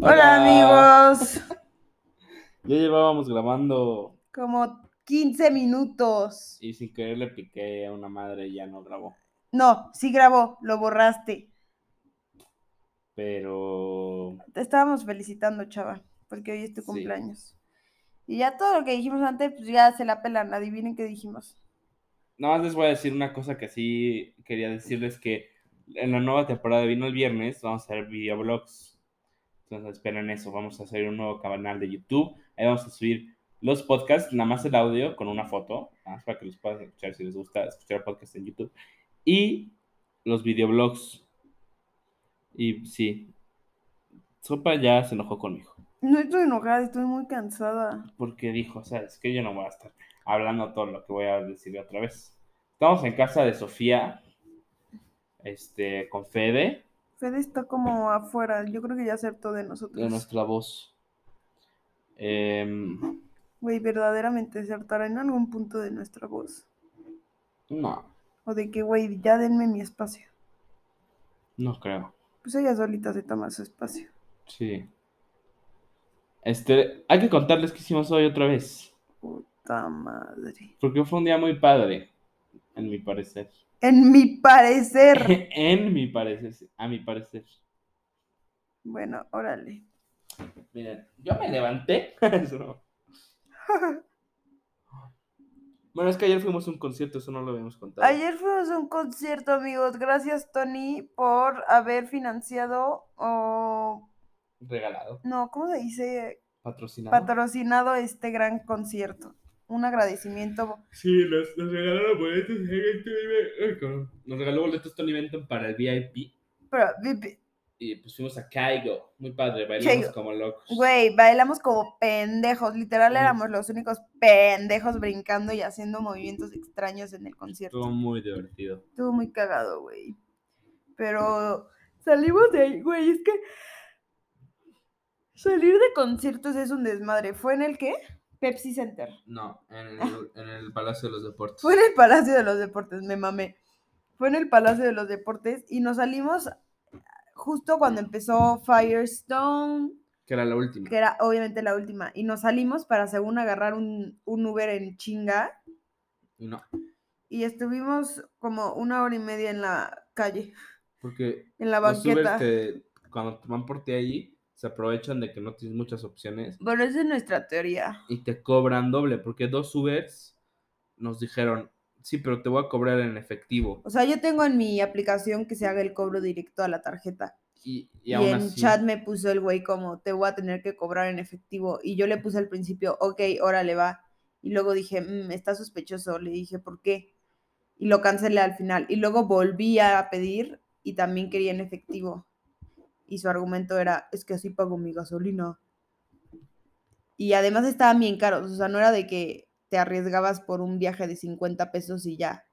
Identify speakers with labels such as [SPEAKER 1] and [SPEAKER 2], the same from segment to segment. [SPEAKER 1] Hola amigos,
[SPEAKER 2] Ya llevábamos grabando
[SPEAKER 1] como 15 minutos.
[SPEAKER 2] y sin querer le piqué a una madre y ya no grabó.
[SPEAKER 1] No, sí grabó, lo borraste.
[SPEAKER 2] Pero
[SPEAKER 1] Te estábamos felicitando, chava, porque hoy es tu
[SPEAKER 2] Sí.
[SPEAKER 1] cumpleaños. Y ya todo lo que dijimos antes, pues ya se la pelan, adivinen qué dijimos.
[SPEAKER 2] nada más les voy a decir una cosa que sí quería decirles que en la nueva temporada de Vino el Viernes vamos a hacer videoblogs. Entonces esperen eso, vamos a hacer un nuevo canal de YouTube. Ahí vamos a subir los podcasts, nada más el audio con una foto, nada más para que los puedan escuchar si les gusta escuchar podcasts en YouTube. Y los videoblogs. Y sí, Sopa ya se enojó conmigo.
[SPEAKER 1] No estoy enojada, estoy muy cansada.
[SPEAKER 2] porque dijo, sabes que yo no voy a estar hablando todo lo que voy a decir otra vez. Estamos en casa de Sofía, este, con Fede,
[SPEAKER 1] Fede está como afuera, yo creo que ya acertó de
[SPEAKER 2] de
[SPEAKER 1] nosotros.
[SPEAKER 2] nuestra voz. Em,
[SPEAKER 1] Güey, verdaderamente acertará en algún punto de nuestra voz.
[SPEAKER 2] no,
[SPEAKER 1] O de que, güey, ya denme mi espacio.
[SPEAKER 2] no creo.
[SPEAKER 1] Pues ella solita se toma su espacio.
[SPEAKER 2] Sí. Este, hay que contarles qué hicimos hoy otra vez,
[SPEAKER 1] Puta madre.
[SPEAKER 2] porque fue un día muy padre, en mi parecer.
[SPEAKER 1] En mi parecer.
[SPEAKER 2] en mi parecer, sí, a mi parecer.
[SPEAKER 1] Bueno, órale.
[SPEAKER 2] Miren, yo me levanté. Eso no. Bueno, es que ayer fuimos a un concierto, eso no lo habíamos contado.
[SPEAKER 1] Ayer fuimos a un concierto, amigos. Gracias, Tony, por haber financiado o.
[SPEAKER 2] Regalado,
[SPEAKER 1] No, ¿cómo se dice?
[SPEAKER 2] patrocinado.
[SPEAKER 1] Patrocinado este gran concierto. Un agradecimiento.
[SPEAKER 2] sí, nos, nos regalaron boletos. eh, Tony Ben- ay, cabrón. Nos regaló boletos Tony Benton para el VIP.
[SPEAKER 1] Pero, vi- vi-
[SPEAKER 2] Y pues fuimos a Caigo. Muy padre, bailamos
[SPEAKER 1] Caigo.
[SPEAKER 2] como locos.
[SPEAKER 1] güey, bailamos como pendejos. Literal,
[SPEAKER 2] Sí.
[SPEAKER 1] éramos los únicos pendejos brincando y haciendo movimientos extraños en el concierto.
[SPEAKER 2] Estuvo muy divertido.
[SPEAKER 1] Estuvo muy cagado, güey. Pero salimos de ahí, güey. Es que salir de conciertos es un desmadre. ¿Fue en el qué? Pepsi Center.
[SPEAKER 2] No, en el, en el Palacio de los Deportes.
[SPEAKER 1] Fue en el Palacio de los Deportes, me mamé. Fue en el Palacio de los Deportes y nos salimos justo cuando empezó Firestone,
[SPEAKER 2] Que era la última.
[SPEAKER 1] que era obviamente la última. Y nos salimos para, según, agarrar un, un Uber en chinga.
[SPEAKER 2] Y no,
[SPEAKER 1] Y estuvimos como una hora y media en la calle,
[SPEAKER 2] porque
[SPEAKER 1] en la
[SPEAKER 2] los
[SPEAKER 1] banqueta.
[SPEAKER 2] Ubers te- cuando te van por ti allí, se aprovechan de que no tienes muchas opciones.
[SPEAKER 1] Bueno, esa es nuestra teoría.
[SPEAKER 2] y te cobran doble, porque dos Ubers nos dijeron, sí, pero te voy a cobrar en efectivo.
[SPEAKER 1] O sea, yo tengo en mi aplicación que se haga el cobro directo a la tarjeta.
[SPEAKER 2] Y, y
[SPEAKER 1] Y,
[SPEAKER 2] aún
[SPEAKER 1] en
[SPEAKER 2] así,
[SPEAKER 1] chat me puso el güey como, te voy a tener que cobrar en efectivo. Y yo le puse al principio, ok, órale, va. Y luego dije, "Mm, está sospechoso. Le dije, ¿por qué? Y lo cancelé al final. Y luego volví a pedir y también quería en efectivo. Y su argumento era, es que así pago mi gasolina. Y además estaban bien caros. O sea, no era de que te arriesgabas por un viaje de 50 pesos y ya.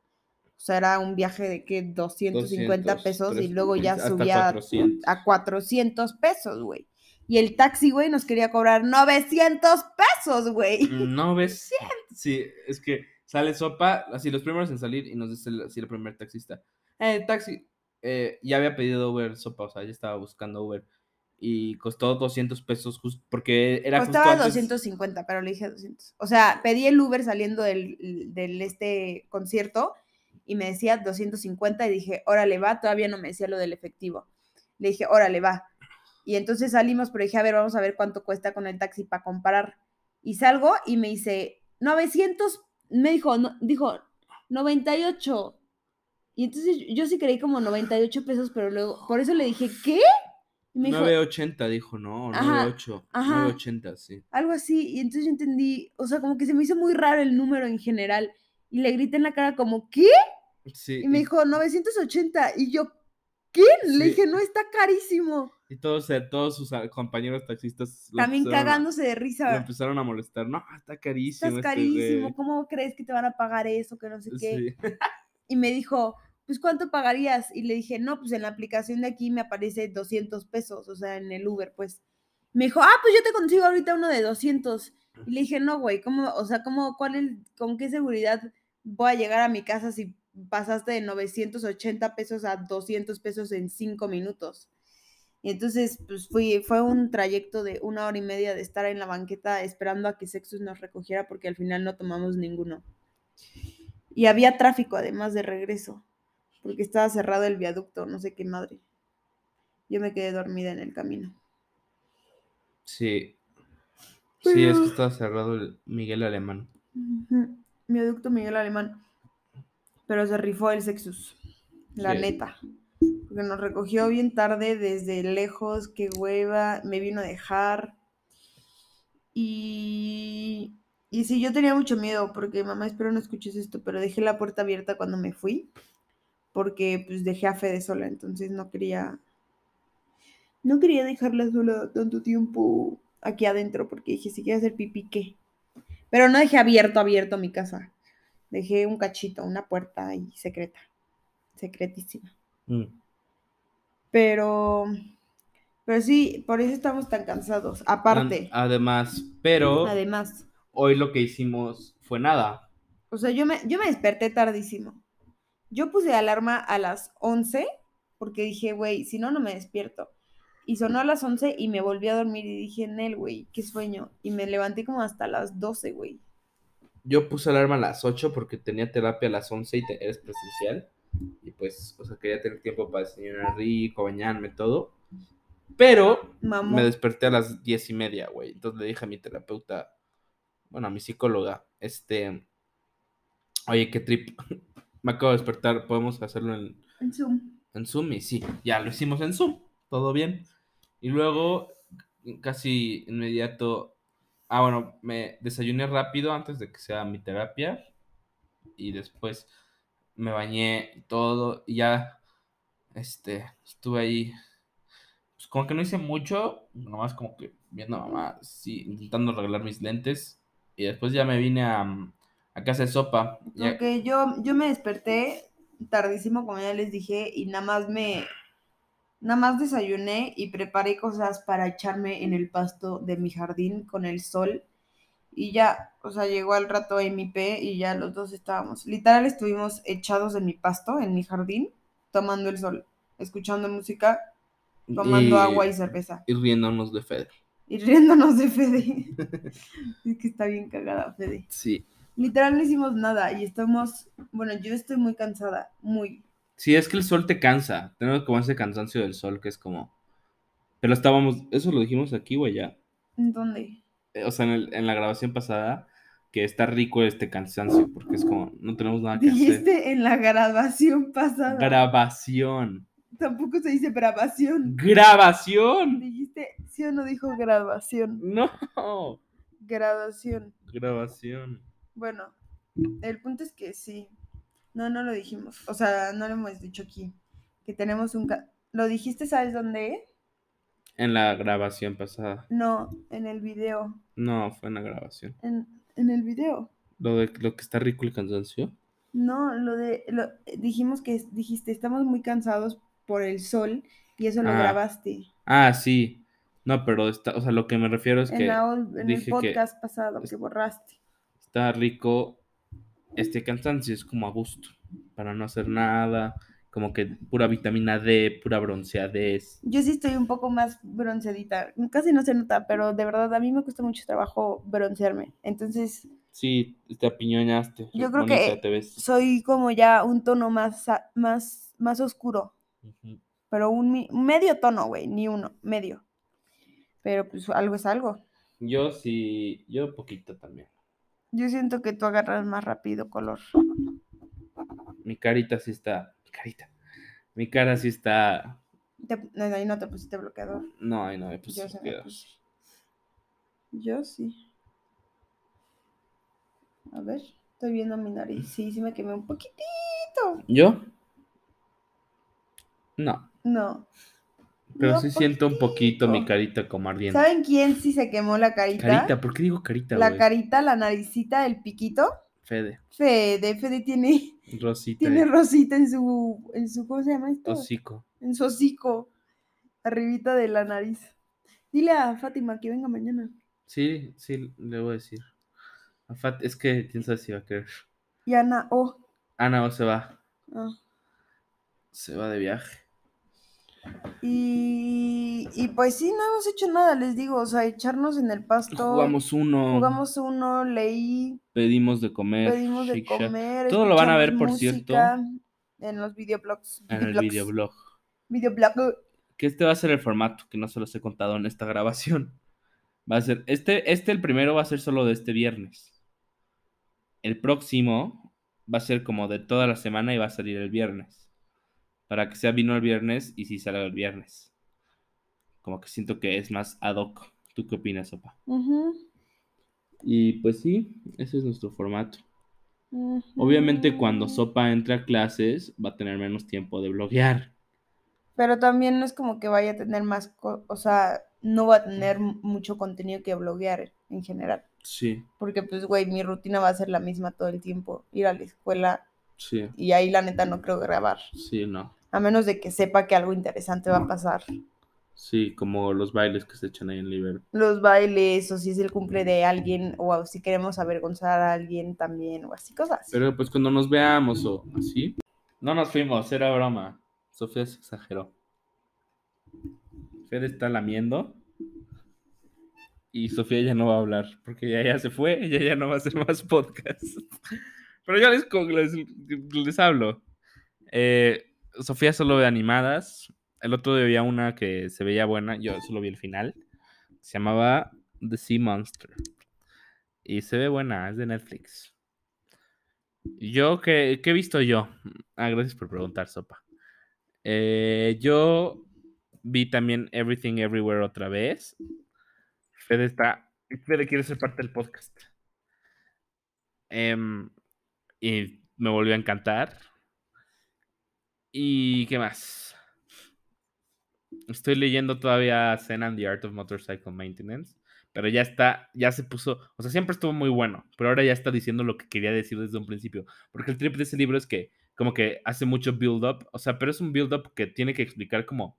[SPEAKER 1] O sea, era un viaje de que 250
[SPEAKER 2] 200,
[SPEAKER 1] pesos y
[SPEAKER 2] tres-
[SPEAKER 1] luego ya
[SPEAKER 2] hasta
[SPEAKER 1] subía
[SPEAKER 2] 400.
[SPEAKER 1] a 400 pesos, güey. Y el taxi, güey, nos quería cobrar 900 pesos, güey.
[SPEAKER 2] no ves. Sí, es que sale sopa, así los primeros en salir y nos dice el- así el primer taxista, eh, taxi, eh, ya había pedido Uber sopa, o sea, ya estaba buscando Uber. Y costó 200 pesos justo porque era justo
[SPEAKER 1] Costaba
[SPEAKER 2] antes-
[SPEAKER 1] 250, pero le dije 200. O sea, pedí el Uber saliendo del, del este concierto y me decía 250 y dije, órale, va, todavía no me decía lo del efectivo. Le dije, órale, va. Y entonces salimos, pero dije, a ver, vamos a ver cuánto cuesta con el taxi para comparar. Y salgo y me dice, 900, me dijo, no, dijo, 98. Y entonces yo- yo sí creí como 98 pesos, pero luego, por eso le dije, ¿qué? Y me dijo,
[SPEAKER 2] 9.80 dijo, no,
[SPEAKER 1] Ajá,
[SPEAKER 2] 9.8,
[SPEAKER 1] ajá.
[SPEAKER 2] 9.80, sí.
[SPEAKER 1] algo así, y entonces yo entendí, o sea, como que se me hizo muy raro el número en general, y le grité en la cara como, ¿qué?
[SPEAKER 2] Sí.
[SPEAKER 1] Y me
[SPEAKER 2] y-
[SPEAKER 1] dijo, 980, y yo, ¿qué? Le
[SPEAKER 2] Sí.
[SPEAKER 1] dije, no, está carísimo.
[SPEAKER 2] Y todos, eh, todos sus ah, compañeros taxistas lo
[SPEAKER 1] También
[SPEAKER 2] empezaron a-
[SPEAKER 1] cagándose de
[SPEAKER 2] lo
[SPEAKER 1] risa.
[SPEAKER 2] empezaron a molestar. No, está carísimo.
[SPEAKER 1] Estás
[SPEAKER 2] este
[SPEAKER 1] carísimo,
[SPEAKER 2] güey".
[SPEAKER 1] ¿cómo crees que te van a pagar eso? Que no sé qué.
[SPEAKER 2] Sí.
[SPEAKER 1] Y me dijo, pues, ¿cuánto pagarías? Y le dije, no, pues en la aplicación de aquí me aparece 200 pesos, o sea, en el Uber, pues. Me dijo, ah, pues yo te consigo ahorita uno de 200. Y le dije, no, güey, ¿cómo, o sea, cómo, cuál es, con qué seguridad voy a llegar a mi casa si pasaste de 980 pesos a 200 pesos en 5 minutos? Y entonces, pues fui, fue un trayecto de una hora y media de estar en la banqueta esperando a que Sexus nos recogiera porque al final no tomamos ninguno. Y había tráfico además de regreso, porque estaba cerrado el viaducto, no sé qué madre. Yo me quedé dormida en el camino.
[SPEAKER 2] Sí. Sí, es que estaba cerrado el Miguel Alemán.
[SPEAKER 1] Ujú. Viaducto Miguel Alemán. Pero se rifó el Sexus, la
[SPEAKER 2] Sí.
[SPEAKER 1] neta. Porque nos recogió bien tarde, desde lejos, qué hueva, me vino a dejar. Y, y sí, yo tenía mucho miedo, porque mamá, espero no escuches esto, pero dejé la puerta abierta cuando me fui, porque pues dejé a Fede sola, entonces no quería, no quería dejarla sola tanto tiempo aquí adentro, porque dije, si quiere hacer pipí, ¿qué? Pero no dejé abierto, abierto mi casa. Dejé un cachito, una puerta ahí secreta, secretísima.
[SPEAKER 2] Mm.
[SPEAKER 1] Pero, pero sí, por eso estamos tan cansados. Aparte,
[SPEAKER 2] An- Además, ah, pero
[SPEAKER 1] además.
[SPEAKER 2] hoy lo que hicimos fue nada.
[SPEAKER 1] O sea, yo me, yo me desperté tardísimo. Yo puse alarma a las 11 porque dije, güey, si no, no me despierto. Y sonó a las 11 y me volví a dormir y dije, Nel, güey, qué sueño. Y me levanté como hasta las 12, güey.
[SPEAKER 2] Yo puse alarma a las 8 porque tenía terapia a las 11 y te- eres presencial. Y pues, o sea, quería tener tiempo para desayunar rico, bañarme, todo. Pero
[SPEAKER 1] Mamó.
[SPEAKER 2] me desperté a las 10 y media, güey. Entonces le dije a mi terapeuta, bueno, a mi psicóloga, este, oye, qué trip. Me acabo de despertar, podemos hacerlo en,
[SPEAKER 1] En Zoom.
[SPEAKER 2] en Zoom y sí, ya lo hicimos en Zoom, todo bien. Y luego, casi inmediato, ah, bueno, me desayuné rápido antes de que sea mi terapia y después me bañé y todo y ya, este, estuve ahí, pues como que no hice mucho, nomás como que viendo a mamá, sí, intentando arreglar mis lentes y después ya me vine a, mm, a casa de sopa. Ya-
[SPEAKER 1] Porque yo, yo me desperté tardísimo, como ya les dije, y nada más me. Nada más desayuné y preparé cosas para echarme en el pasto de mi jardín con el sol. Y ya, o sea, llegó al rato MIP y ya los dos estábamos. Literal estuvimos echados en mi pasto, en mi jardín, tomando el sol, escuchando música, tomando
[SPEAKER 2] y-
[SPEAKER 1] agua y cerveza.
[SPEAKER 2] y riéndonos de Fede.
[SPEAKER 1] Y riéndonos de Fede. es que está bien cagada, Fede.
[SPEAKER 2] Sí.
[SPEAKER 1] Literal no hicimos nada y estamos, bueno, yo estoy muy cansada, muy.
[SPEAKER 2] Sí, es que el sol te cansa. Tenemos como ese cansancio del sol que es como. Pero estábamos. Eso lo dijimos aquí o allá.
[SPEAKER 1] ¿En dónde?
[SPEAKER 2] Eh, O sea, en, el- en la grabación pasada, que está rico este cansancio, porque es como. No tenemos nada que hacer.
[SPEAKER 1] Dijiste en la grabación pasada.
[SPEAKER 2] Grabación.
[SPEAKER 1] Tampoco se dice grabación.
[SPEAKER 2] ¡Grabación!
[SPEAKER 1] Dijiste, sí o no dijo grabación.
[SPEAKER 2] ¡No!
[SPEAKER 1] Grabación.
[SPEAKER 2] Grabación.
[SPEAKER 1] Bueno, el punto es que sí. No, no lo dijimos. O sea, no lo hemos dicho aquí. Que tenemos un... ca- ¿Lo dijiste, sabes dónde?
[SPEAKER 2] En la grabación pasada.
[SPEAKER 1] No, en el video.
[SPEAKER 2] No, fue en la grabación.
[SPEAKER 1] En, en el video.
[SPEAKER 2] Lo de lo que está rico el cansancio.
[SPEAKER 1] No, lo de... Lo, eh, dijimos que... es- Dijiste, estamos muy cansados por el sol y eso lo
[SPEAKER 2] Ah,
[SPEAKER 1] grabaste.
[SPEAKER 2] Ah, sí. No, pero está. O sea, lo que me refiero es
[SPEAKER 1] En,
[SPEAKER 2] que.
[SPEAKER 1] la ol- en el
[SPEAKER 2] dije que-
[SPEAKER 1] podcast pasado que borraste.
[SPEAKER 2] está rico este cansancio, es como a gusto, para no hacer nada, como que pura vitamina D, E pura bronceadez.
[SPEAKER 1] Yo sí estoy un poco más bronceadita. Casi no se nota, pero de verdad a mí me cuesta mucho trabajo broncearme. Entonces,
[SPEAKER 2] Sí, te apiñonaste.
[SPEAKER 1] Yo creo
[SPEAKER 2] bonita
[SPEAKER 1] que-
[SPEAKER 2] te ves.
[SPEAKER 1] soy como ya un tono más, a- más, más oscuro,
[SPEAKER 2] Ujú.
[SPEAKER 1] pero un mi- medio tono, güey, ni uno, medio. Pero pues algo es algo.
[SPEAKER 2] Yo sí, yo poquito también.
[SPEAKER 1] Yo siento que tú agarras más rápido color.
[SPEAKER 2] Mi carita sí está, mi carita. Mi cara sí está.
[SPEAKER 1] Te- no, ahí no te pusiste bloqueador.
[SPEAKER 2] No, ay, no, pues me puse
[SPEAKER 1] Yo sí me
[SPEAKER 2] bloqueador.
[SPEAKER 1] puse. pues, Yo sí. A ver, estoy viendo mi nariz. Sí, sí me quemé un poquitito.
[SPEAKER 2] ¿Yo? No,
[SPEAKER 1] No.
[SPEAKER 2] pero
[SPEAKER 1] No,
[SPEAKER 2] sí siento un poquito mi
[SPEAKER 1] poquito.
[SPEAKER 2] carita como ardiente.
[SPEAKER 1] ¿Saben quién sí se quemó la carita?
[SPEAKER 2] Carita, ¿por qué digo carita,
[SPEAKER 1] la
[SPEAKER 2] güey?
[SPEAKER 1] carita, la naricita, el piquito.
[SPEAKER 2] Fede,
[SPEAKER 1] Fede, Fede tiene...
[SPEAKER 2] Rosita,
[SPEAKER 1] Tiene
[SPEAKER 2] y
[SPEAKER 1] rosita en su, en su, ¿cómo se llama esto?
[SPEAKER 2] hocico.
[SPEAKER 1] En su hocico, arribita de la nariz. Dile a Fátima que venga mañana.
[SPEAKER 2] Sí, sí, le voy a decir. A Fat- es que quién sabe si va a querer.
[SPEAKER 1] Y Ana, oh,
[SPEAKER 2] Ana o se va.
[SPEAKER 1] ah,
[SPEAKER 2] Se va de viaje.
[SPEAKER 1] Y, y pues sí, no hemos hecho nada, les digo, o sea, echarnos en el pasto.
[SPEAKER 2] Jugamos uno.
[SPEAKER 1] jugamos uno, leí,
[SPEAKER 2] Pedimos de comer.
[SPEAKER 1] pedimos de
[SPEAKER 2] Shake Shack,
[SPEAKER 1] comer.
[SPEAKER 2] Todo lo van a ver,
[SPEAKER 1] escuchamos
[SPEAKER 2] por
[SPEAKER 1] música En los videoblogs.
[SPEAKER 2] En el
[SPEAKER 1] videoblogs,
[SPEAKER 2] videoblog.
[SPEAKER 1] videoblog.
[SPEAKER 2] Que este va a ser el formato que no se los he contado en esta grabación. Va a ser. Este, este el primero va a ser solo de este viernes. El próximo va a ser como de toda la semana y va a salir el viernes. Para que sea vino el viernes y si salga el viernes. Como que siento que es más ad hoc. ¿Tú qué opinas, Sopa?
[SPEAKER 1] Ujú,
[SPEAKER 2] Y pues sí, ese es nuestro formato.
[SPEAKER 1] ujú.
[SPEAKER 2] Obviamente cuando Sopa entra a clases va a tener menos tiempo de bloguear.
[SPEAKER 1] Pero también no es como que vaya a tener más, co- o sea, no va a tener m- mucho contenido que bloguear en general.
[SPEAKER 2] Sí,
[SPEAKER 1] Porque pues, güey, mi rutina va a ser la misma todo el tiempo. Ir a la escuela
[SPEAKER 2] sí,
[SPEAKER 1] y ahí la neta no creo grabar.
[SPEAKER 2] sí, no.
[SPEAKER 1] A menos de que sepa que algo interesante va a pasar.
[SPEAKER 2] Sí, como los bailes que se echan ahí en Liverpool.
[SPEAKER 1] Los bailes o si es el cumple de alguien o a- si queremos avergonzar a alguien también o así cosas.
[SPEAKER 2] Pero pues cuando nos veamos o así. No nos fuimos, era broma. Sofía se exageró. Fer está lamiendo. Y Sofía ya no va a hablar, porque ella ya se fue, ella ya no va a hacer más podcast. Pero yo les, co- les, les hablo. Eh, Sofía solo ve animadas. El otro día había una que se veía buena, yo solo vi el final. Se llamaba The Sea Monster. Y se ve buena, es de Netflix. Yo, ¿qué, qué he visto yo? Ah, gracias por preguntar, Sopa. Eh, yo vi también Everything Everywhere otra vez. Fede está. Fede quiere ser parte del podcast. Em, y me volvió a encantar. ¿Y qué más? Estoy leyendo todavía Zen and the Art of Motorcycle Maintenance. Pero ya está, ya se puso. O sea, siempre estuvo muy bueno. Pero ahora ya está diciendo lo que quería decir desde un principio. Porque el trip de ese libro es que como que hace mucho build-up, o sea, pero es un build-up que tiene que explicar como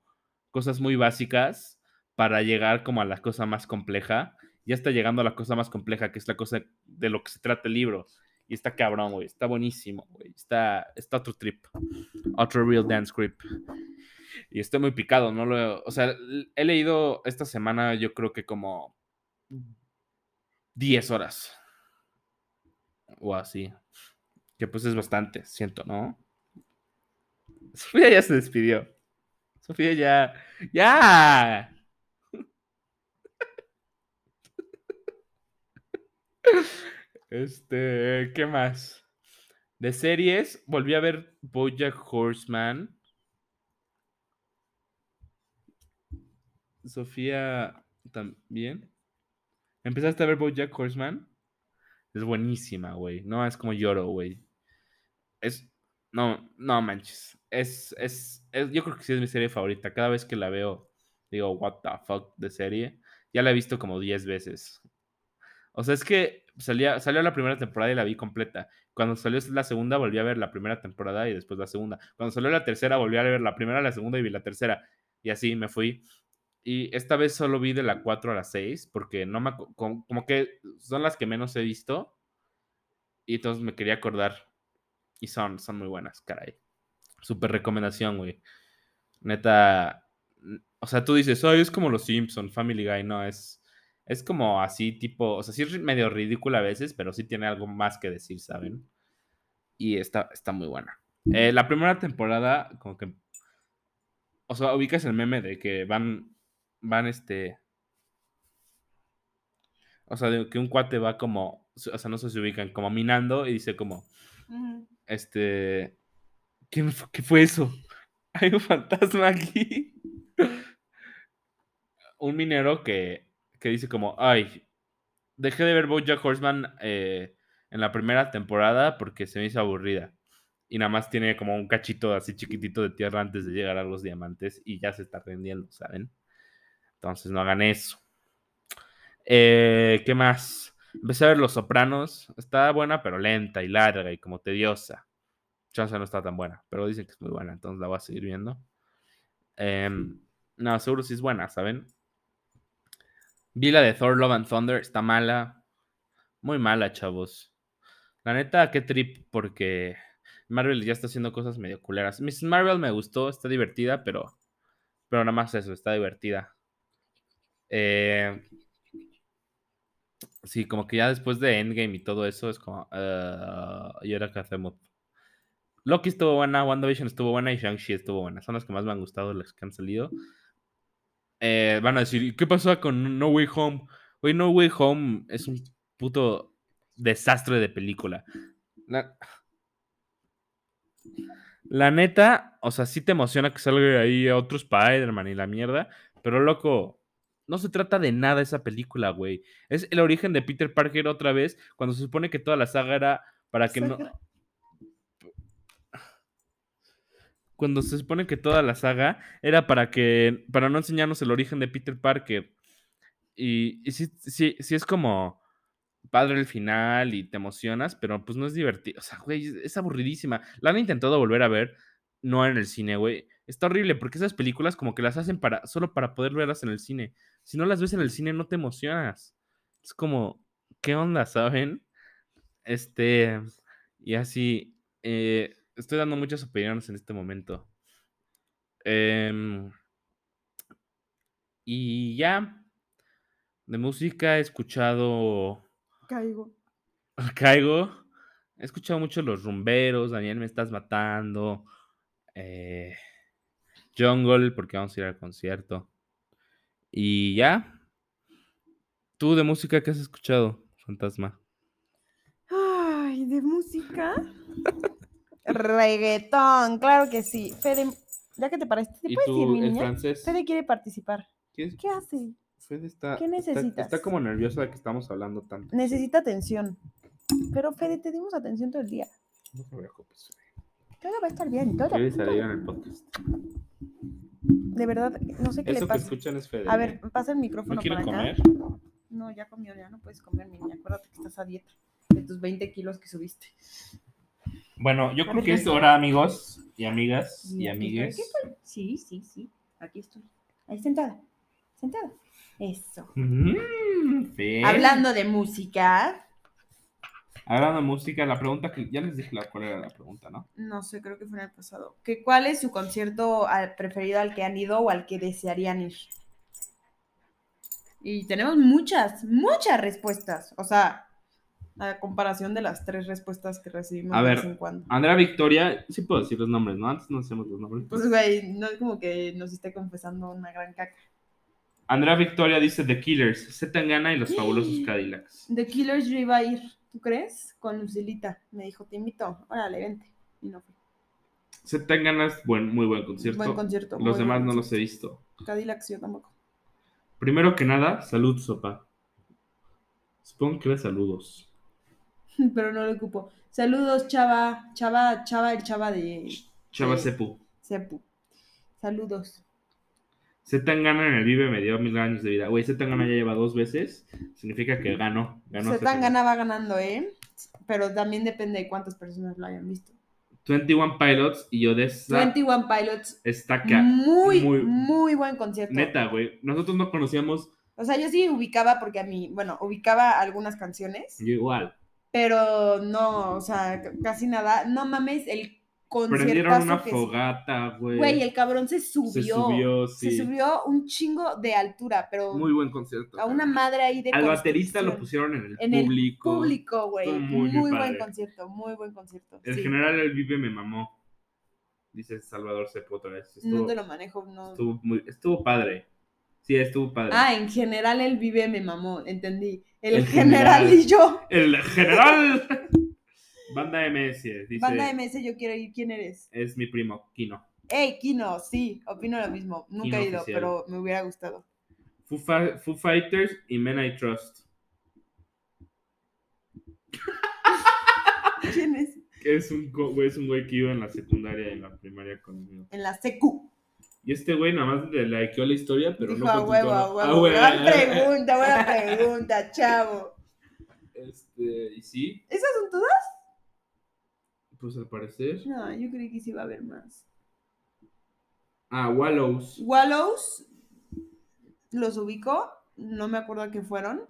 [SPEAKER 2] cosas muy básicas para llegar como a la cosa más compleja. Ya está llegando a la cosa más compleja, que es la cosa de lo que se trata el libro. Y está cabrón, güey. Está buenísimo, güey. Está, está otro trip. Otro real dance grip. Y estoy muy picado, ¿no? Lo, o sea, l- he leído esta semana yo creo que como 10 horas. O así. Que pues es bastante, siento, ¿no? Sofía ya se despidió. Sofía ya. ¡Ya! Este, ¿qué más? De series, volví a ver Bojack Horseman. Sofía también. ¿Empezaste a ver Bojack Horseman? Es buenísima, güey. No, es como lloro, güey. Es. No, no manches. Es, es, es- Yo creo que sí es mi serie favorita. Cada vez que la veo, digo, what the fuck de serie. Ya la he visto como 10 veces. O sea, es que salía, salió la primera temporada y la vi completa. Cuando salió la segunda, volví a ver la primera temporada y después la segunda. Cuando salió la tercera, volví a ver la primera, la segunda y vi la tercera. Y así me fui. Y esta vez solo vi de la 4 a la 6, porque no me. acu- Como, como que son las que menos he visto. Y entonces me quería acordar. Y son, son muy buenas, caray. Súper recomendación, güey. Neta. n- O sea, tú dices, ay, es como los Simpson, Family Guy. No, es. Es como así, tipo. O sea, sí es ri- medio ridícula a veces, pero sí tiene algo más que decir, ¿saben? Y está, está muy buena. Eh, la primera temporada, como que. O sea, ubicas el meme de que van. Van este. O sea, de que un cuate va como. O sea, no sé si ubican, como minando y dice como.
[SPEAKER 1] Ujú.
[SPEAKER 2] Este. ¿quién fu- ¿Qué fue eso? Hay un fantasma aquí. un minero que, que dice como, ay, dejé de ver BoJack Horseman eh, en la primera temporada porque se me hizo aburrida. Y nada más tiene como un cachito así chiquitito de tierra antes de llegar a los diamantes y ya se está rindiendo, ¿saben? Entonces no hagan eso. Eh, ¿Qué más? Empecé a ver Los Sopranos. Está buena, pero lenta y larga y como tediosa. Chance no está tan buena, pero dicen que es muy buena, entonces la voy a seguir viendo. Em, no, seguro sí es buena, ¿saben? Vi la de Thor, Love and Thunder. Está mala. Muy mala, chavos. La neta, qué trip, porque Marvel ya está haciendo cosas medio culeras. Miss Marvel me gustó, está divertida, pero Pero nada más eso, está divertida. Eh, sí, como que ya después de Endgame y todo eso, es como. eh, ¿Y ahora qué hacemos? Loki estuvo buena, WandaVision estuvo buena y Shang-Chi estuvo buena. Son las que más me han gustado, las que han salido. Eh, van a decir, "¿Y ¿qué pasó con No Way Home? Hoy No Way Home es un puto desastre de película. La... La neta, o sea, sí te emociona que salga ahí otro Spider-Man y la mierda, pero loco, no se trata de nada esa película, güey. Es el origen de Peter Parker otra vez, cuando se supone que toda la saga era para que no...
[SPEAKER 1] Saga.
[SPEAKER 2] Cuando se supone que toda la saga era para que... para no enseñarnos el origen de Peter Parker. Y, y sí, sí, sí es como padre el final y te emocionas, pero pues no es divertido. O sea, güey, es- es aburridísima. La han intentado volver a ver, no en el cine, güey. Está horrible porque esas películas como que las hacen para solo para poder verlas en el cine. Si no las ves en el cine no te emocionas. Es como, ¿qué onda, saben? Este, y así, eh, estoy dando muchas opiniones en este momento. Em, y ya, de música he escuchado
[SPEAKER 1] Caigo.
[SPEAKER 2] Caigo. He escuchado mucho los rumberos, Daniel me estás matando. eh, Jungle, porque vamos a ir al concierto. Y ya. ¿Tú de música qué has escuchado, Fantasma?
[SPEAKER 1] Ay, de música. Reggaetón, claro que sí. Fede, ya que te paraste, ¿te puedes ir, mi niña?
[SPEAKER 2] francés?
[SPEAKER 1] Fede quiere participar.
[SPEAKER 2] ¿Qué, es-
[SPEAKER 1] ¿Qué hace?
[SPEAKER 2] Fede está,
[SPEAKER 1] ¿Qué
[SPEAKER 2] está- Está,
[SPEAKER 1] necesitas?
[SPEAKER 2] como nervioso de que estamos hablando tanto.
[SPEAKER 1] Necesita atención. Pero Fede, te dimos atención todo el día.
[SPEAKER 2] No te preocupes. Fede.
[SPEAKER 1] Todo va a estar bien, todo.
[SPEAKER 2] Quieres
[SPEAKER 1] todo.
[SPEAKER 2] salir en el podcast.
[SPEAKER 1] De verdad, no sé qué le
[SPEAKER 2] Eso que
[SPEAKER 1] pasa.
[SPEAKER 2] escuchan es Fede.
[SPEAKER 1] A
[SPEAKER 2] ¿eh?
[SPEAKER 1] ver, pasa el
[SPEAKER 2] ¿no
[SPEAKER 1] micrófono para
[SPEAKER 2] quiere
[SPEAKER 1] acá.
[SPEAKER 2] comer?
[SPEAKER 1] No, ya comió, ya no puedes comer, mi niña. Acuérdate que estás a dieta de tus 20 kilos que subiste.
[SPEAKER 2] Bueno, yo
[SPEAKER 1] A
[SPEAKER 2] creo
[SPEAKER 1] ver,
[SPEAKER 2] que
[SPEAKER 1] ¿qué
[SPEAKER 2] es
[SPEAKER 1] es?
[SPEAKER 2] hora, amigos y amigas
[SPEAKER 1] Y
[SPEAKER 2] y
[SPEAKER 1] aquí está.
[SPEAKER 2] amigues.
[SPEAKER 1] ¿Qué Sí, sí, sí. Aquí estoy. Ahí sentada. Sentada. Eso.
[SPEAKER 2] Mm, Fede.
[SPEAKER 1] Hablando de música.
[SPEAKER 2] Hablando de música, la pregunta que ya les dije la, cuál era la pregunta, ¿no?
[SPEAKER 1] No sé, creo que fue en el pasado. ¿Que ¿Cuál es su concierto al- preferido al que han ido o al que desearían ir? Y tenemos muchas, muchas respuestas. O sea, a comparación de las tres respuestas que recibimos
[SPEAKER 2] A
[SPEAKER 1] de
[SPEAKER 2] ver.
[SPEAKER 1] vez en cuando.
[SPEAKER 2] Andrea Victoria, sí puedo decir los nombres, ¿no? Antes no hacemos los nombres.
[SPEAKER 1] Pues, güey, no es como que nos esté confesando una gran caca.
[SPEAKER 2] Andrea Victoria dice The Killers, Z Tangana y los fabulosos Cadillacs.
[SPEAKER 1] The Killers yo iba a ir, ¿tú crees? Con Lucilita. Me dijo, te invito. Órale, vente. Y no fui.
[SPEAKER 2] Z Tangana es buen, muy buen concierto.
[SPEAKER 1] Buen concierto.
[SPEAKER 2] los demás no los he visto.
[SPEAKER 1] sé. Cadillac yo tampoco.
[SPEAKER 2] Primero que nada, salud, sopa. Supongo que era saludos.
[SPEAKER 1] Pero no lo ocupo. Saludos, Chava. Chava, Chava, el Chava de
[SPEAKER 2] Chava
[SPEAKER 1] Sí.
[SPEAKER 2] Sepu.
[SPEAKER 1] Sepu. Saludos.
[SPEAKER 2] Z Tangana en el Vive me dio mil años de vida. Güey, Z Tangana ya lleva dos veces. Significa que ganó. ganó
[SPEAKER 1] Se
[SPEAKER 2] Z Tangana.
[SPEAKER 1] va ganando, ¿eh? Pero también depende de cuántas personas lo hayan visto.
[SPEAKER 2] 21 Pilots y Odessa
[SPEAKER 1] 21 Pilots.
[SPEAKER 2] Estaca.
[SPEAKER 1] Muy,
[SPEAKER 2] muy-
[SPEAKER 1] muy, buen concierto.
[SPEAKER 2] Neta, güey. Nosotros no conocíamos
[SPEAKER 1] O sea, yo sí ubicaba porque a mí, bueno, ubicaba algunas canciones.
[SPEAKER 2] yo igual.
[SPEAKER 1] pero no, o sea, c- casi nada. No mames, el
[SPEAKER 2] Prendieron una
[SPEAKER 1] conciertazo que se-
[SPEAKER 2] fogata, güey.
[SPEAKER 1] Güey, el cabrón se
[SPEAKER 2] Se
[SPEAKER 1] subió.
[SPEAKER 2] subió, sí.
[SPEAKER 1] Se subió un chingo de altura, pero
[SPEAKER 2] Muy buen concierto.
[SPEAKER 1] a una madre ahí de
[SPEAKER 2] Al baterista lo
[SPEAKER 1] construcción.
[SPEAKER 2] pusieron en el
[SPEAKER 1] En el
[SPEAKER 2] público.
[SPEAKER 1] Público, güey.
[SPEAKER 2] Estuvo muy
[SPEAKER 1] Muy, buen
[SPEAKER 2] padre.
[SPEAKER 1] concierto, muy buen concierto.
[SPEAKER 2] El
[SPEAKER 1] sí.
[SPEAKER 2] general El Vive me mamó. Dice Salvador Sepo otra vez. Estuvo,
[SPEAKER 1] No te lo manejo, no.
[SPEAKER 2] estuvo muy- estuvo padre. Sí, estuvo padre.
[SPEAKER 1] Ah, en general el vive me mamó, entendí. El,
[SPEAKER 2] El
[SPEAKER 1] general,
[SPEAKER 2] general.
[SPEAKER 1] y yo.
[SPEAKER 2] ¡El general! Banda MS, dice.
[SPEAKER 1] Banda MS, yo quiero ir. ¿Quién eres?
[SPEAKER 2] Es mi primo, Kino.
[SPEAKER 1] Ey, Kino, sí, opino lo mismo. Nunca
[SPEAKER 2] Kino
[SPEAKER 1] he ido,
[SPEAKER 2] oficial.
[SPEAKER 1] pero me hubiera gustado.
[SPEAKER 2] Foo, Fa- Foo Fighters y Men I Trust.
[SPEAKER 1] ¿Quién es?
[SPEAKER 2] Es un, co- güey, es un güey que iba en la secundaria y en la primaria conmigo.
[SPEAKER 1] En la secu.
[SPEAKER 2] Y este güey nada más le likeó la historia, pero
[SPEAKER 1] Dijo,
[SPEAKER 2] no
[SPEAKER 1] a
[SPEAKER 2] contestó
[SPEAKER 1] huevo,
[SPEAKER 2] nada".
[SPEAKER 1] a
[SPEAKER 2] Ah,
[SPEAKER 1] huevo.
[SPEAKER 2] güey,
[SPEAKER 1] Buena
[SPEAKER 2] ah, ah,
[SPEAKER 1] pregunta, buena pregunta, chavo.
[SPEAKER 2] Este, y sí,
[SPEAKER 1] ¿Esas son todas?
[SPEAKER 2] pues al parecer.
[SPEAKER 1] No, yo creí que sí iba a haber más.
[SPEAKER 2] Ah, Wallows.
[SPEAKER 1] Wallows, los ubicó, no me acuerdo a qué fueron,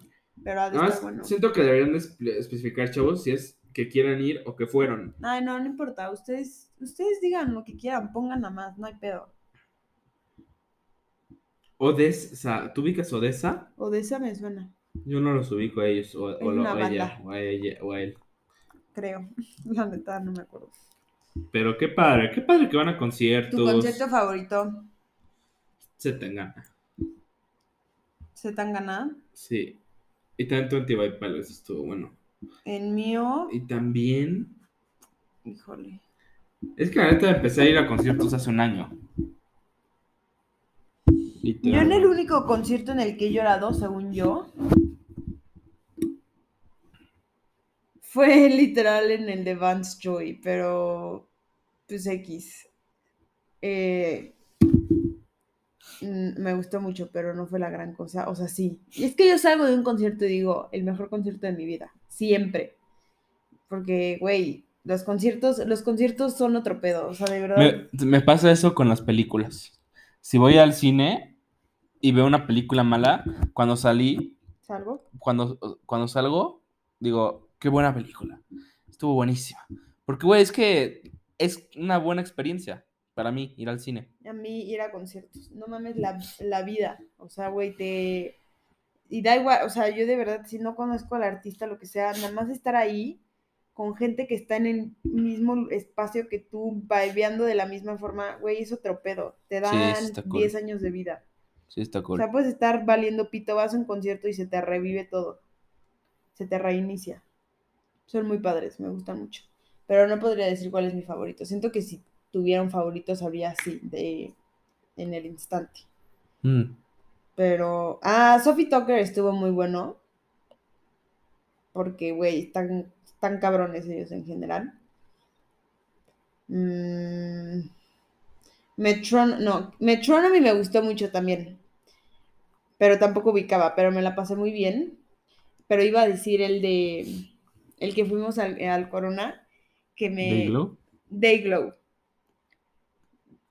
[SPEAKER 1] pero ha de
[SPEAKER 2] Nada más
[SPEAKER 1] estar bueno.
[SPEAKER 2] siento que deberían de espe- especificar, chavos, si es que quieran ir o que fueron.
[SPEAKER 1] Ay, no, no importa, ustedes, ustedes digan lo que quieran, pongan a más, no hay pedo.
[SPEAKER 2] Odessa, ¿tú ubicas Odessa?
[SPEAKER 1] Odessa me suena,
[SPEAKER 2] Yo no los ubico a ellos, o, o lo-
[SPEAKER 1] una
[SPEAKER 2] o ella,
[SPEAKER 1] banda.
[SPEAKER 2] o a ella, o a él.
[SPEAKER 1] creo. La neta, no me acuerdo.
[SPEAKER 2] Pero qué padre, qué padre que van a
[SPEAKER 1] ¿Tu
[SPEAKER 2] conciertos.
[SPEAKER 1] concierto favorito
[SPEAKER 2] Se tengan.
[SPEAKER 1] se tan gana?
[SPEAKER 2] Sí. Y también Twenty by Pilots estuvo bueno.
[SPEAKER 1] En mío,
[SPEAKER 2] Y también.
[SPEAKER 1] híjole.
[SPEAKER 2] Es que la neta empecé a ir a conciertos hace un año. Y te-
[SPEAKER 1] Yo en el único concierto en el que he llorado, según yo, fue literal en el de Vance Joy, pero pues X. Eh, mm, me gustó mucho, pero no fue la gran cosa. O sea, sí. Y es que yo salgo de un concierto y digo, el mejor concierto de mi vida, siempre. Porque, güey, los conciertos, los conciertos son otro pedo. O sea, de verdad.
[SPEAKER 2] Me, me pasa eso con las películas. Si voy al cine y veo una película mala, cuando salí,
[SPEAKER 1] ¿Salgo?
[SPEAKER 2] cuando, cuando salgo, digo, qué buena película. Estuvo buenísima. Porque, güey, es que es una buena experiencia para mí ir al cine.
[SPEAKER 1] A mí ir a conciertos. No mames la, la vida. O sea, güey, te. Y da igual, o sea, yo de verdad, si no conozco al artista, lo que sea, nada más estar ahí con gente que está en el mismo espacio que tú, vibeando de la misma forma, güey, es otro pedo. Te
[SPEAKER 2] eso
[SPEAKER 1] dan
[SPEAKER 2] está cool.
[SPEAKER 1] 10 años de vida.
[SPEAKER 2] Sí, está
[SPEAKER 1] O
[SPEAKER 2] cool.
[SPEAKER 1] sea, puedes estar valiendo pito, vas a un concierto y se te revive todo. Se te reinicia. Son muy padres, me gustan mucho. Pero no podría decir cuál es mi favorito. Siento que si tuviera un favorito sabría así de en el instante.
[SPEAKER 2] Mm.
[SPEAKER 1] Pero ah, Sophie Tucker estuvo muy bueno. Porque güey, están están cabrones ellos en general. Mm, Metron, no, Metronomy me gustó mucho también. Pero tampoco ubicaba, pero me la pasé muy bien. Pero iba a decir el de el que fuimos al, al Corona que me
[SPEAKER 2] ¿Dayglow?
[SPEAKER 1] Dayglow.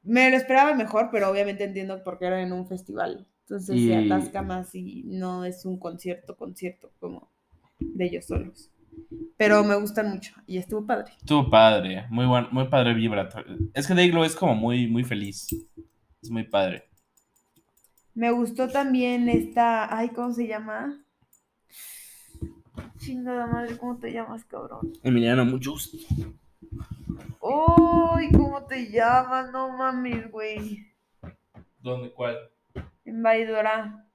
[SPEAKER 1] Me lo esperaba mejor, pero obviamente entiendo porque era en un festival. Entonces
[SPEAKER 2] Y-
[SPEAKER 1] se atasca más y no es un concierto, concierto como de ellos solos. Pero me gustan mucho y estuvo padre.
[SPEAKER 2] Estuvo padre, muy buen, muy padre vibra. Es que Dayglow es como muy, muy feliz. Es muy padre.
[SPEAKER 1] Me gustó también esta. Ay, ¿cómo se llama? Chingada madre, ¿cómo te llamas, cabrón?
[SPEAKER 2] Emiliano, muchos.
[SPEAKER 1] ¡Ay, cómo te llamas! No mames, güey.
[SPEAKER 2] ¿Dónde? ¿Cuál? Mm,
[SPEAKER 1] En Baidora.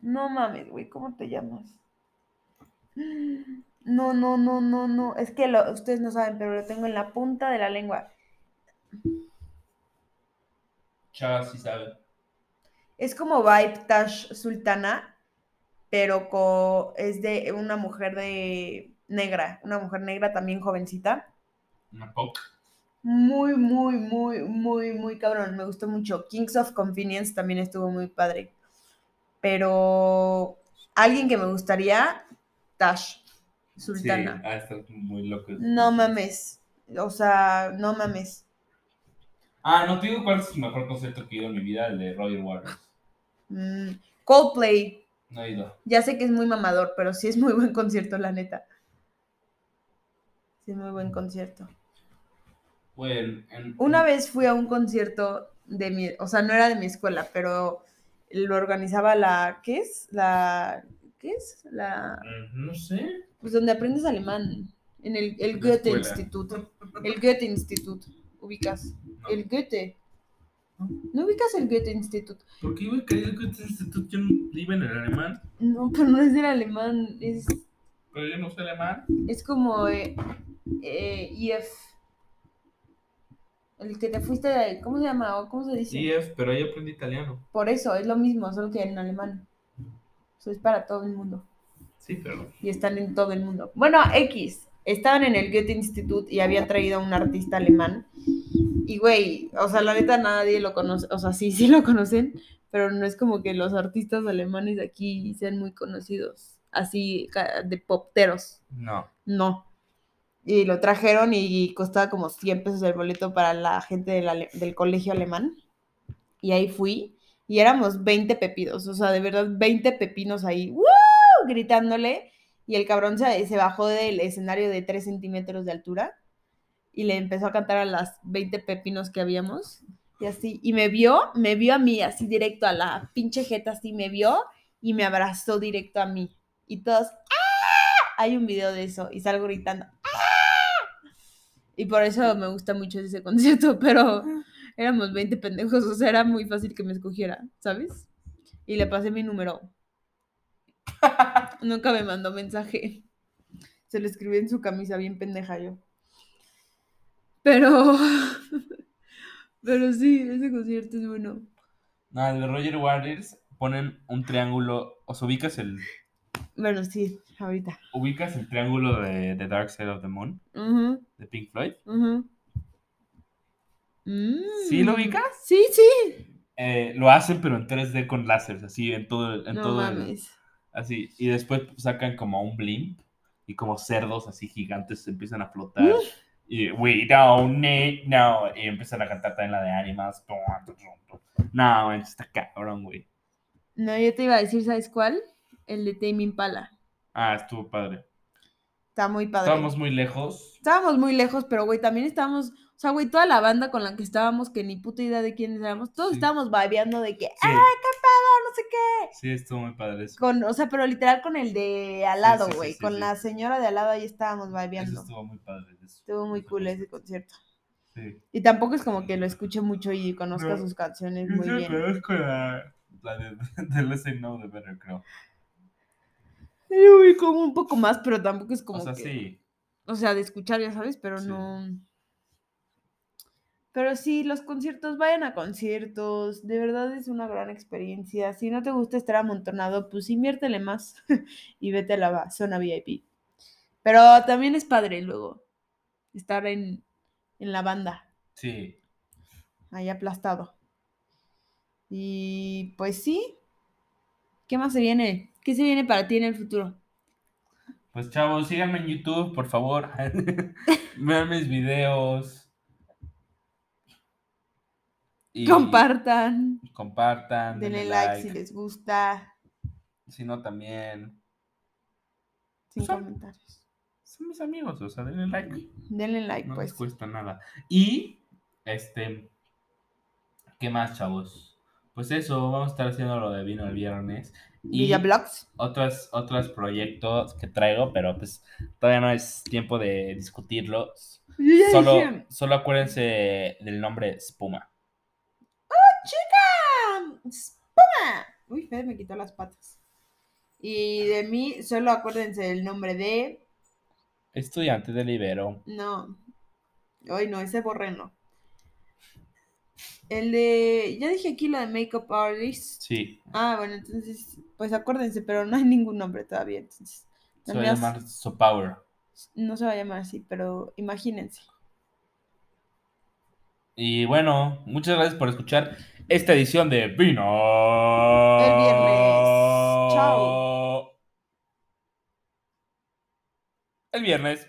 [SPEAKER 1] No mames, güey, ¿cómo te llamas? No, no, no, no, no. Es que lo- ustedes no saben, pero lo tengo en la punta de la lengua.
[SPEAKER 2] Chava sí sabe.
[SPEAKER 1] Es como Vibe Tash Sultana, pero co- es de una mujer de negra, una mujer negra también jovencita.
[SPEAKER 2] Una poc.
[SPEAKER 1] Muy, muy, muy, muy, muy cabrón. Me gustó mucho. Kings of Convenience también estuvo muy padre. Pero alguien que me gustaría, Tash Sultana.
[SPEAKER 2] Sí, ah, estás muy loco.
[SPEAKER 1] No mames. O sea, no mames.
[SPEAKER 2] Ah, no te digo cuál es el mejor concierto que he ido en mi vida, el de Roger Waters.
[SPEAKER 1] Mm, Coldplay.
[SPEAKER 2] No he ido.
[SPEAKER 1] Ya sé que es muy mamador, pero sí es muy buen concierto, la neta. Sí es muy buen concierto.
[SPEAKER 2] Bueno, en-
[SPEAKER 1] Una vez fui a un concierto de mi, o sea, no era de mi escuela, pero lo organizaba la, ¿qué es? La, ¿qué es? La,
[SPEAKER 2] Mm, No sé.
[SPEAKER 1] pues donde aprendes alemán, en el, el
[SPEAKER 2] La
[SPEAKER 1] Goethe
[SPEAKER 2] escuela.
[SPEAKER 1] Institut. El Goethe Institut, ubicas.
[SPEAKER 2] No.
[SPEAKER 1] El Goethe. ¿No ubicas el Goethe Institut?
[SPEAKER 2] ¿Por qué iba a creer que este instituto yo no iba en el alemán?
[SPEAKER 1] No, pero no es del alemán, es,
[SPEAKER 2] Pero yo no sé alemán.
[SPEAKER 1] es como eh, eh, IF. El que te fuiste, de- ¿cómo se llama? ¿O ¿Cómo se dice?
[SPEAKER 2] Sí, es, pero ahí aprendí italiano.
[SPEAKER 1] Por eso, es lo mismo, solo que en alemán. O sea, es para todo el mundo.
[SPEAKER 2] Sí, pero.
[SPEAKER 1] Y están en todo el mundo. Bueno, X. Estaban en el Goethe Institut y había traído a un artista alemán. Y güey, o sea, la neta nadie lo conoce. O sea, sí, sí lo conocen, pero no es como que los artistas alemanes de aquí sean muy conocidos. Así, ca- de popteros.
[SPEAKER 2] No.
[SPEAKER 1] No. Y lo trajeron y costaba como 100 pesos el boleto para la gente del, ale- del colegio alemán. Y ahí fui. Y éramos 20 pepidos. O sea, de verdad, 20 pepinos ahí. ¡Woo! Gritándole. Y el cabrón se, se bajó del escenario de 3 centímetros de altura. Y le empezó a cantar a las 20 pepinos que habíamos. Y así, y me vio, me vio a mí, así directo a la pinche jeta, así me vio y me abrazó directo a mí. Y todos, ¡ah! Hay un video de eso y salgo gritando, ¡ah! Y por eso me gusta mucho ese concierto, pero éramos 20 pendejos, o sea, era muy fácil que me escogiera, ¿sabes? Y le pasé mi número. Nunca me mandó mensaje. Se lo escribí en su camisa, bien pendeja yo. Pero. Pero sí, ese concierto es bueno.
[SPEAKER 2] No, el de Roger Waters ponen un triángulo, o sea, ubicas el,
[SPEAKER 1] Bueno, sí, ahorita.
[SPEAKER 2] ubicas el triángulo de The Dark Side of the Moon,
[SPEAKER 1] Ujú,
[SPEAKER 2] de Pink Floyd.
[SPEAKER 1] ujú. Mm.
[SPEAKER 2] ¿Sí lo ubicas?
[SPEAKER 1] Sí, sí.
[SPEAKER 2] Eh, lo hacen, pero en 3D con láseres, así, en todo, el- en
[SPEAKER 1] no
[SPEAKER 2] todo el-
[SPEAKER 1] mames.
[SPEAKER 2] así. Y después sacan como un blimp y como cerdos así gigantes empiezan a flotar.
[SPEAKER 1] Uf.
[SPEAKER 2] Y we don't need no. Y empiezan a cantar también la de Animals. No, man, está cabrón, güey.
[SPEAKER 1] No, yo te iba a decir, ¿sabes cuál? El de Tame Impala.
[SPEAKER 2] Ah, estuvo padre.
[SPEAKER 1] Está muy padre.
[SPEAKER 2] Estábamos muy lejos.
[SPEAKER 1] Estábamos muy lejos, pero güey, también estábamos, o sea, güey, toda la banda con la que estábamos, que ni puta idea de quiénes éramos, todos
[SPEAKER 2] Sí.
[SPEAKER 1] estábamos babeando de que,
[SPEAKER 2] Sí,
[SPEAKER 1] ah, no sé qué.
[SPEAKER 2] sí, estuvo muy padre eso.
[SPEAKER 1] Con, o sea, pero literal con el de
[SPEAKER 2] Sí,
[SPEAKER 1] al lado,
[SPEAKER 2] sí, sí,
[SPEAKER 1] güey,
[SPEAKER 2] sí,
[SPEAKER 1] con
[SPEAKER 2] sí.
[SPEAKER 1] la señora de al lado ahí estábamos
[SPEAKER 2] Eso
[SPEAKER 1] babeando.
[SPEAKER 2] estuvo muy padre. eso.
[SPEAKER 1] Estuvo muy
[SPEAKER 2] Eso
[SPEAKER 1] cool
[SPEAKER 2] me
[SPEAKER 1] ese
[SPEAKER 2] gustó.
[SPEAKER 1] concierto.
[SPEAKER 2] Sí.
[SPEAKER 1] Y tampoco es como que lo escuche mucho y conozca
[SPEAKER 2] No.
[SPEAKER 1] sus canciones
[SPEAKER 2] Yo
[SPEAKER 1] muy
[SPEAKER 2] sí
[SPEAKER 1] bien.
[SPEAKER 2] conozco la, la de, de Let's Say No de Better, creo.
[SPEAKER 1] Yo vi como un poco más, pero tampoco es como
[SPEAKER 2] o sea,
[SPEAKER 1] que...
[SPEAKER 2] sí.
[SPEAKER 1] O sea, de escuchar, ya sabes, pero
[SPEAKER 2] Sí.
[SPEAKER 1] no. Pero sí, los conciertos, vayan a conciertos. De verdad es una gran experiencia. Si no te gusta estar amontonado, pues inviértele más y vete a la va- zona VIP. Pero también es padre luego estar en, en la banda,
[SPEAKER 2] Sí.
[SPEAKER 1] ahí aplastado. Y pues sí. ¿Qué más se viene? ¿Qué se viene para ti en el futuro?
[SPEAKER 2] Pues chavos, síganme en YouTube, por favor. Vean mis videos. Y
[SPEAKER 1] Compartan,
[SPEAKER 2] Compartan.
[SPEAKER 1] denle like si les gusta,
[SPEAKER 2] Si no, también.
[SPEAKER 1] sin
[SPEAKER 2] Sí.
[SPEAKER 1] comentarios.
[SPEAKER 2] Son mis amigos, o sea, denle like.
[SPEAKER 1] Denle like,
[SPEAKER 2] No les
[SPEAKER 1] pues.
[SPEAKER 2] cuesta nada. Y, este, ¿qué más, chavos? Pues eso, vamos a estar haciendo lo de vino el viernes. Y
[SPEAKER 1] Villa Blogs.
[SPEAKER 2] otros, otros proyectos que traigo, pero pues todavía no es tiempo de discutirlo.
[SPEAKER 1] Yo ya
[SPEAKER 2] Solo,
[SPEAKER 1] dije.
[SPEAKER 2] solo acuérdense del nombre Espuma.
[SPEAKER 1] "Ah, ¡Espuma! Uy, Fede me quitó las patas. Y de mí, solo acuérdense del nombre de.
[SPEAKER 2] Estudiante de Libero.
[SPEAKER 1] No. Ay, no, ese borreno. El de. Ya dije aquí lo de Makeup Artist.
[SPEAKER 2] Sí,
[SPEAKER 1] Ah, bueno, entonces. Pues acuérdense, pero no hay ningún nombre todavía. Entonces.
[SPEAKER 2] se va a
[SPEAKER 1] también as-
[SPEAKER 2] llamar So Power.
[SPEAKER 1] no se va a llamar así, pero imagínense.
[SPEAKER 2] Y bueno, muchas gracias por escuchar esta edición de Vino.
[SPEAKER 1] El viernes. Chao.
[SPEAKER 2] El viernes.